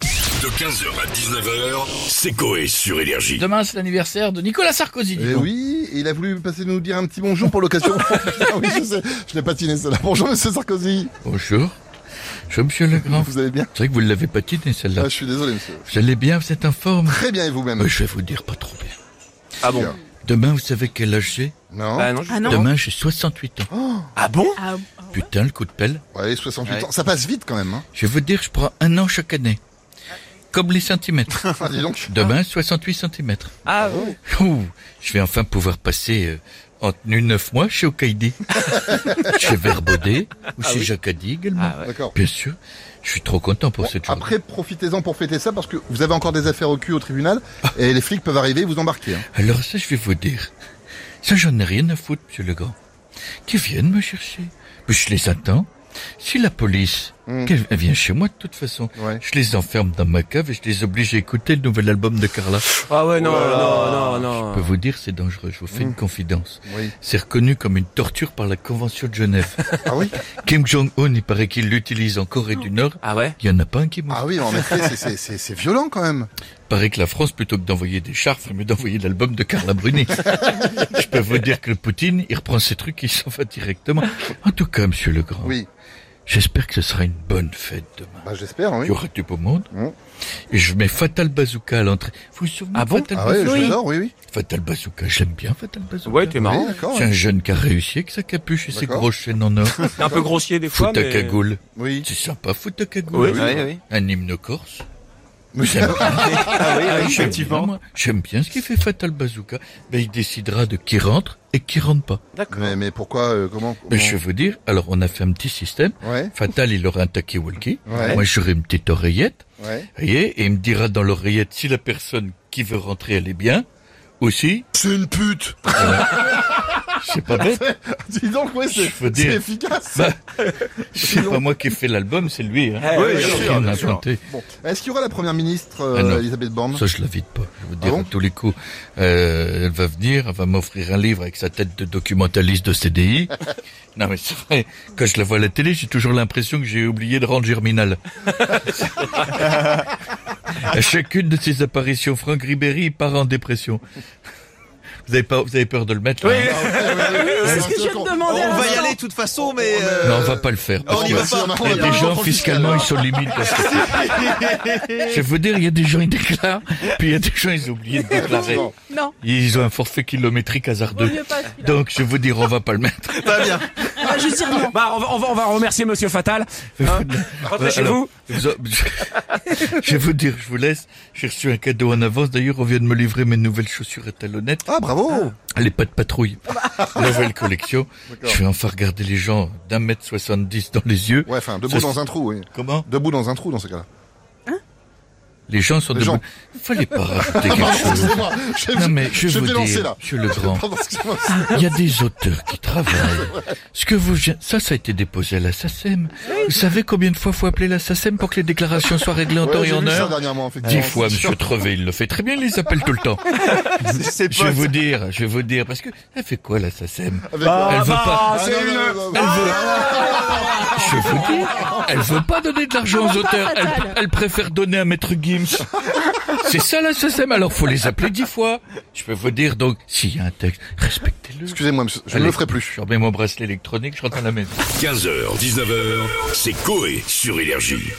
De 15h à 19h, c'est Coé sur Énergie. Demain, c'est l'anniversaire de Nicolas Sarkozy. dis Eh donc. oui, et il a voulu passer nous dire un petit bonjour pour l'occasion. Ah oui, je sais, je l'ai patiné celle-là. Bonjour Monsieur Sarkozy, Bonjour. Je monsieur Legrand. vous allez bien C'est vrai que vous l'avez pas patiné Ah, celle-là. Je suis désolé Monsieur. Vous allez bien, vous êtes en forme Très bien et vous-même Euh, Je vais vous dire pas trop bien. Ah bon Demain, vous savez quel âge j'ai Non Bah non, Ah non Demain, j'ai 68 ans. Ah bon Ah, Putain, le coup de pelle. Ouais, 68 Ouais. ans, ça passe vite quand même. Hein. Je vais vous dire, je prends un an chaque année. Comme les centimètres. Ah, dis donc. Demain, 68 centimètres. Ah oui Ouh, je vais enfin pouvoir passer euh, en tenue 9 mois chez Okaïdi. chez Verbaudet ou chez Jacadi également. Ah ouais. D'accord. Bien sûr. Je suis trop content pour cette journée. Après, profitez-en pour fêter ça parce que vous avez encore des affaires au cul au tribunal et les flics peuvent arriver et vous embarquer. hein. Alors ça, je vais vous dire. Ça, j'en ai rien à foutre, monsieur Legrand. Qui viennent me chercher. Mais je les attends. Si la police, Mm. qu'elle elle vient chez moi de toute façon, Ouais. je les enferme dans ma cave et je les oblige à écouter le nouvel album de Carla. Ah ouais, non, non, non, Je peux non. vous dire, c'est dangereux. Je vous fais une confidence. Hmm. Oui. C'est reconnu comme une torture par la Convention de Genève. Ah oui Kim Jong-un, il paraît qu'il l'utilise en Corée du Nord. Ah ouais Il y en a pas un qui meurt. Ah oui, en effet, c'est- c'est- c'est c'est violent quand même. Il paraît que la France, plutôt que d'envoyer des chars, fait mieux d'envoyer l'album de Carla Bruni. Je peux vous dire que le Poutine, il reprend ses trucs, il s'en va directement. En tout cas, monsieur Legrand, Oui, j'espère que ce sera une bonne fête demain. bah, j'espère, Il oui. y aura du beau monde. Mm. Et je mets Fatal Bazooka à l'entrée. Vous vous souvenez Ah de bon Fatal Ah ouais, Bazooka j'adore, oui, oui. Fatal Bazooka, j'aime bien Fatal Bazooka. Ouais, t'es Oui, marrant. d'accord. C'est un jeune qui a réussi avec sa capuche et ses Ah D'accord. grosses chaînes en or. T'es un peu grossier des fois, Foot à mais... cagoule. Oui. C'est sympa, foot à cagoule. Oui, oui, oui. Un hymne corse. Mais- J'aime bien. Ah oui, oui, J'aime bien, effectivement. moi. J'aime bien ce qui fait Fatal Bazooka. Ben, il décidera de qui rentre et qui rentre pas. D'accord. Mais, mais pourquoi euh, Comment, Mais comment- je veux dire, alors on a fait un petit système. Ouais, Fatal, il aura un talkie-walkie. Ouais. Moi, j'aurai une petite oreillette. ouais. voyez, et il me dira dans l'oreillette si la personne qui veut rentrer, elle est bien. Ou si, C'est une pute Bah, c'est pas bête. Dis donc, ouais, c'est Je veux c'est dire- efficace. Bah, c'est pas moi qui ai fait l'album, c'est lui. Hein. Eh, oui, bien C'est lui sûr, qui bien l'a sûr. inventé. Bon, est-ce qu'il y aura la première ministre euh, Ah non. Elisabeth Borne Ça, je l'invite pas. Je vous Ah dire, bon à tous les coups, euh, elle va venir, elle va m'offrir un livre avec sa tête de documentaliste de CDI. non, mais c'est vrai, quand je la vois à la télé, j'ai toujours l'impression que j'ai oublié de rendre Germinal. à chacune de ses apparitions, Franck Ribéry part en dépression. Vous avez, pas, vous avez peur de le mettre là, hein Ah, C'est ce que je viens de demander. On à va y l'instant. aller de toute façon, mais... euh, Non, on va pas le faire. Parce on y que va pas. il y a des gens, fiscalement, ils sont limites. à ce que c'est. Je veux dire, il y a des gens, ils déclarent, puis il y a des gens, ils ont oublié de déclarer. Non, Ils ont un forfait kilométrique vaut hasardeux. mieux pas celui-là. Donc je vous dire, on va pas le mettre. Pas bien. Ah, je veux dire non. Bah, on va, on va, on va remercier Monsieur Fatal. Hein Rentrez chez Alors, vous. vous en- je vais vous dire, je vous laisse. J'ai reçu un cadeau en avance. D'ailleurs, on vient de me livrer mes nouvelles chaussures à talonnettes. Ah, bravo Les pas de patrouille. Nouvelle collection. Je vais enfin regarder les gens d'un mètre soixante-dix dans les yeux. Ouais, enfin, debout Ça, dans un trou, oui. Comment Debout dans un trou, dans ce cas-là. Les gens sont Les debout. gens. Ah, Fallait pas rajouter quelque Pardon, chose. excusez-moi. Je, Ah. Non mais je, je vous t'ai lancé dire, là. Monsieur Legrand, Pardon, excusez-moi. il y a des auteurs qui travaillent. Ce que vous, ça, ça a été déposé à la SACEM. Vous savez combien de fois faut appeler la SACEM E pour que les déclarations soient réglées en temps Ouais, et j'ai en vu ça heure? dernièrement, Dix effectivement. fois, C'est sûr. Monsieur Trevet, il le fait très bien, il les appelle tout le temps. euh, Je vais vous dire, je vais vous dire, parce que elle fait quoi la SACEM Avec- E Elle veut Ah, pas, Ah, c'est non, une... non, non, non. elle veut, je vais vous dire, elle veut pas donner de l'argent aux auteurs, elle, elle préfère donner à Maître Gims. C'est ça la SACEM, E alors faut les appeler dix fois. Je peux vous dire, donc, s'il y a un texte, respectez-le. Excusez-moi, monsieur, je ne Allez, le ferai plus. Je remets mon bracelet électronique, je rentre à la maison. 15h, 19h, c'est Coé sur Énergie.